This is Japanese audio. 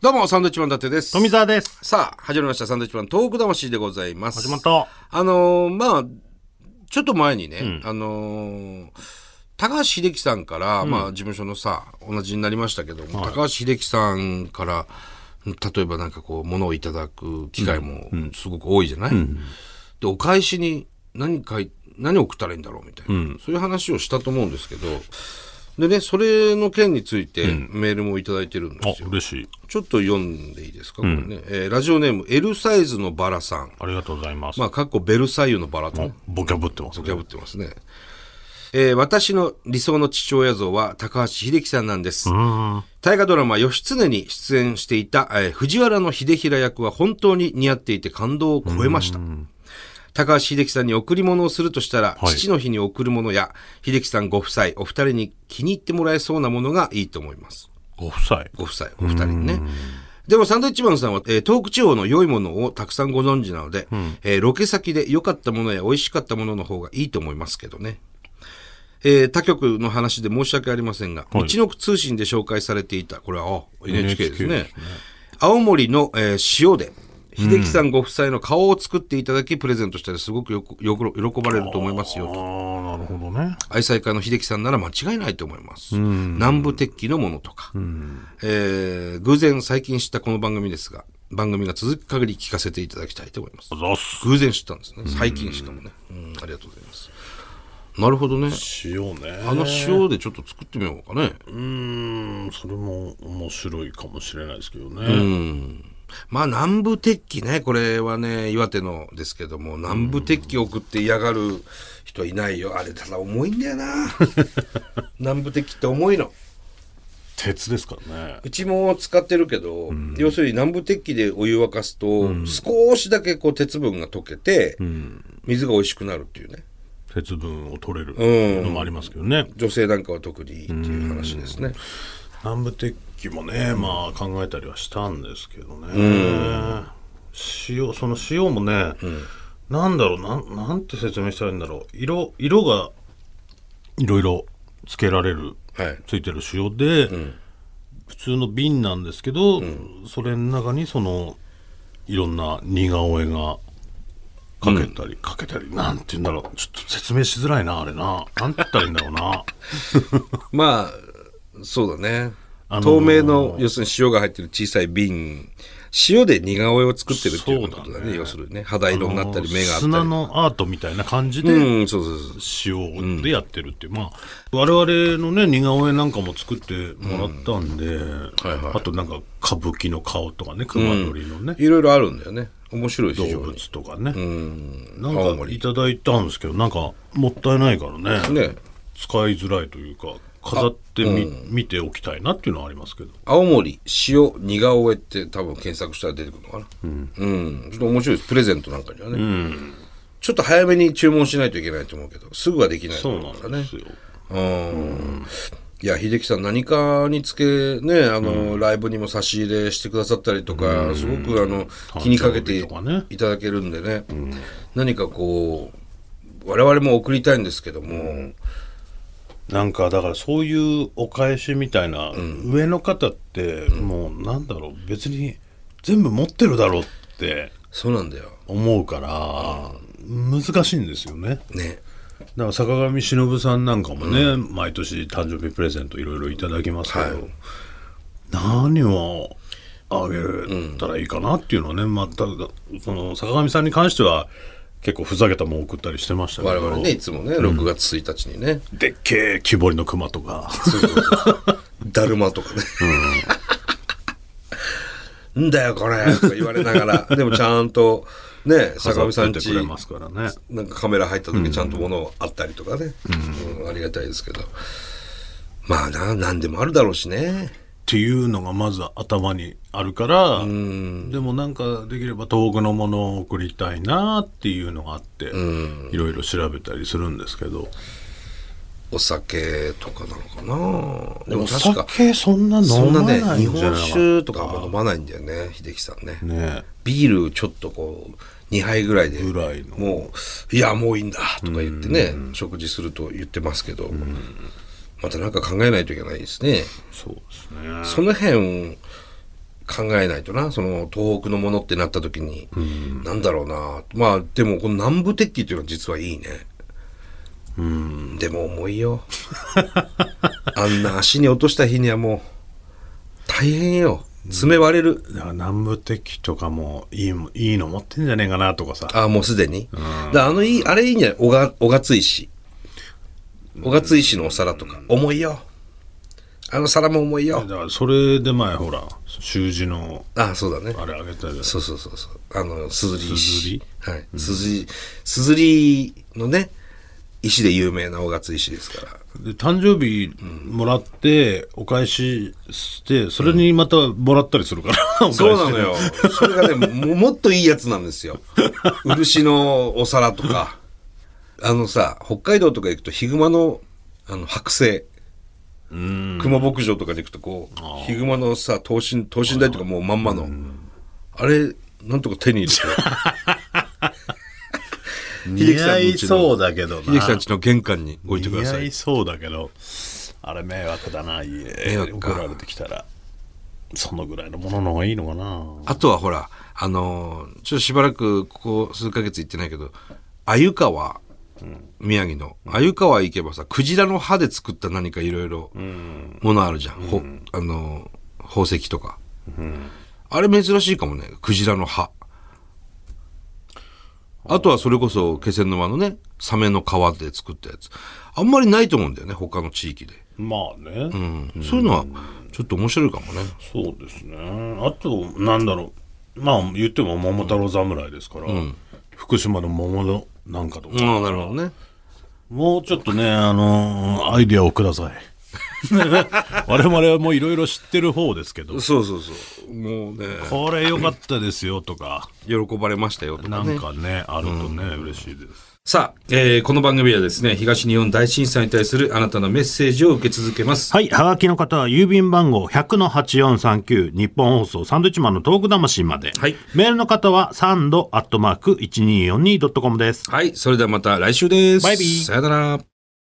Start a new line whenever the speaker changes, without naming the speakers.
どうも、サンドイッチマン伊達です。
富澤です。
さあ、始まりました。サンドイッチマントーク魂でございます。
始まった。
あのーまあ、ちょっと前にね、あのー高橋秀樹さんから、まあ、事務所のさ、同じになりましたけども、高橋秀樹さんから、例えばなんかこう、物をいただく機会もすごく多いじゃない、で、お返しに何かい、何を送ったらいいんだろうみたいな、そういう話をしたと思うんですけど、でね、それの件についてメールもいただいてるんですよ。
あ、嬉しい。
ちょっと読んでいいですか、これねえーラジオネーム L サイズのバラさん。
ありがとうございます。
まあ、かっこベルサイユのバラとね、
ボキャブってますね。
破ってますね。えー私の理想の父親像は高橋秀樹さんなんです。大河ドラマ義経に出演していた、えー藤原の秀衡役は本当に似合っていて感動を超えました。高橋秀樹さんに贈り物をするとしたら、
はい
父の日に贈るものや、秀樹さんご夫妻、お二人に気に入ってもらえそうなものがいいと思います。
ご夫妻。
ご夫妻、お二人にね。でもサンドイッチマンさんは、えー東北地方の良いものをたくさんご存知なので、えーロケ先で良かったものや美味しかったものの方がいいと思いますけどね。えー他局の話で申し訳ありませんが、
はい
道のく通信で紹介されていた、これはあ NHK です
NHK
ね
で。
青森の、えー塩で、秀樹さんご夫妻の顔を作っていただき、プレゼントしたらすごくよくよく喜ばれると思いますよ
ああ、なるほどね。
愛妻家の秀樹さんなら間違いないと思います。南部鉄器のものとか、えー偶然最近知ったこの番組ですが、番組が続く限り聞かせていただきたいと思います。
ざっす。
偶然知ったんですね。最近しかもね。うん、ありがとうございます。なるほどね。
塩ね。
あの塩でちょっと作ってみようかね。
うーん、それも面白いかもしれないですけどね。
まあ南部鉄器ね、これはね、岩手のですけども、南部鉄器送って嫌がる人はいないよ。あれただ重いんだよ な。南部鉄器って重いの。
鉄ですからね。
うちも使ってるけど、要するに南部鉄器でお湯沸かすと、少しだけこう鉄分が溶けて、水が美味しくなるっていうね。
鉄分を取れるのもありますけどね。
女性なんかは特にいいっていう話ですね。
南部鉄器もね、まあ考えたりはしたんですけどね。塩、その塩もね、なんだろうなん、なんて説明したらいいんだろう。色、色がいろいろつけられる、
はい。
ついてる塩で、普通の瓶なんですけど、それの中にその、いろんな似顔絵がかけたり、かけたり、なんて言うんだろう。ちょっと説明しづらいな、あれな。なんて言ったらいいんだろ うな。
まあ、そうだね。
あのー
透明の、要するに塩が入ってる小さい瓶、塩で似顔絵を作ってるっていうこと
そう
だ
だ
ね。
ね
要するにね、肌色になったり、目があったり。
砂のアートみたいな感じで、
うん、そうそうそう。
塩でやってるっていう、まあ我々のね似顔絵なんかも作ってもらったんで、
はいはい
あとなんか歌舞伎の顔とかね熊取のね、
いろいろあるんだよね。面白い非
動
常
物
に。
とかね、
うん。
な
青
んか
森
いただいたんですけどなんかもったいないからね
ね。
使いづらいというか飾ってみ、見ておきたいなっていうのはありますけど
青森塩似顔絵って多分検索したら出てくるのかなうん、ちょっと面白いですプレゼントなんかにはね、ちょっと早めに注文しないといけないと思うけどすぐはできない
そうなん
ね
ですよ、
うんいや秀樹さん何かにつけねあの、ライブにも差し入れしてくださったりとか、すごくあの気にかけて
誕生日とかね
いただけるんでね、何かこう我々も送りたいんですけども、
なんかだからそういうお返しみたいな、上の方ってもうなんだろう別に全部持ってるだろうって
そうなんだよ
思うから、難しいんですよね
ね
だから坂上忍さんなんかもね、毎年誕生日プレゼントいろいろいただきますけど、
はい
何をあげたらいいかなっていうのはね、まあただその坂上さんに関しては結構ふざけたもん送ったりしてましたけ
我
ど
々ねいつもね6月1日にね、
でっけえ木彫りの熊とか
だるまとかね。んだよこれとか言われながら、でもちゃんと、ね、 坂上さん
飾って
ち
てくれますからね。
なんかカメラ入った時ちゃんと物あったりとかね、うんありがたいですけど。まあな、何でもあるだろうしね。
っていうのがまず頭にあるから、でもなんかできれば遠くのものを送りたいなっていうのがあって、いろいろ調べたりするんですけど。
お酒とかなのかな。でも
お
確か、
酒そんな
そ
飲
んな
ま
ね、
ない
日
んじ
本
ゃな
酒とかあんま飲まないんだよね、秀樹さんね。
ね
ビールちょっとこう、2杯ぐらいで、
ぐらいの
もう、いや、もういいんだとか言ってね、食事すると言ってますけど、またなんか考えないといけないですね。
そうですね。
その辺、考えないとな、その東北のものってなった時に、なんだろうな。まあ、でもこの南部鉄器っていうのは実はいいね。うん。でも重い よ。あんな足に落とした日にはもう、大変よ。爪割れる。
だから南部的とかもいいもいいの持ってんじゃねえかなとかさ
ああ、もうすでに。だあのいい、あれいいんじゃないおが、おがつ石。おがつ石のお皿とか。重いよ。あの皿も重い
だ
よ。
からそれで前ほら習字の
ああ、そうだね。
あれあげたじゃん
そうそうそうそう。あの、すずり
すず
石
り。
はい。すずり、すずりのね、石で有名な大勝石ですから。
で誕生日もらってお返ししてそれにまたもらったりするからお返し
そうなのよ。それがね、ももっといいやつなんですよ。漆のお皿とか。あのさ、北海道とか行くとヒグマの、あの、剥製。
うん
熊牧場とかに行くとこう、ヒグマのさ、等身、等身大とかもうまんまの。あれ、なんとか手に入れて。 秀樹
似
さんの
合
う
い
ちの
そうだけどな
秀樹さんちの玄関に置いてくだ
似
さ
合
い
い。そうだけどあれ迷惑だな家
迷惑
怒
から
れてきたらそのぐらいのものの方がいいのかな
あとはほら、あのーちょっとしばらくここ数ヶ月行ってないけど、鮎川、宮城の、鮎川行けばさ、クジラの歯で作った何かいろいろものあるじゃん。ほあのー宝石とか、あれ珍しいかもね、クジラの歯。あとはそれこそ気仙沼のね、サメの皮で作ったやつ。あんまりないと思うんだよね、他の地域で。
まあね、
うんそういうのはちょっと面白いかもね。
そうですねあとなんだろうまあ言っても桃太郎侍ですから、福島の桃のなんかとか、
ああ、なるほどね。
もうちょっとね、あのーアイディアをくださ い。我々もいろいろ知ってる方ですけど、
そうそうそう。もうね。
これ良かったですよとか、
喜ばれましたよと
な
か
ん
ね。
かね、あるとね、嬉しいです。
さあ、えーこの番組はですね、東日本大震災に対するあなたのメッセージを受け続けます。
はい、はがきの方は郵便番号100-8439日本放送サンドイッチマンのトーク魂まで。
はい
メールの方はサンドアットマーク 1242.com です。
はい、それではまた来週です。
バイビー
さよなら。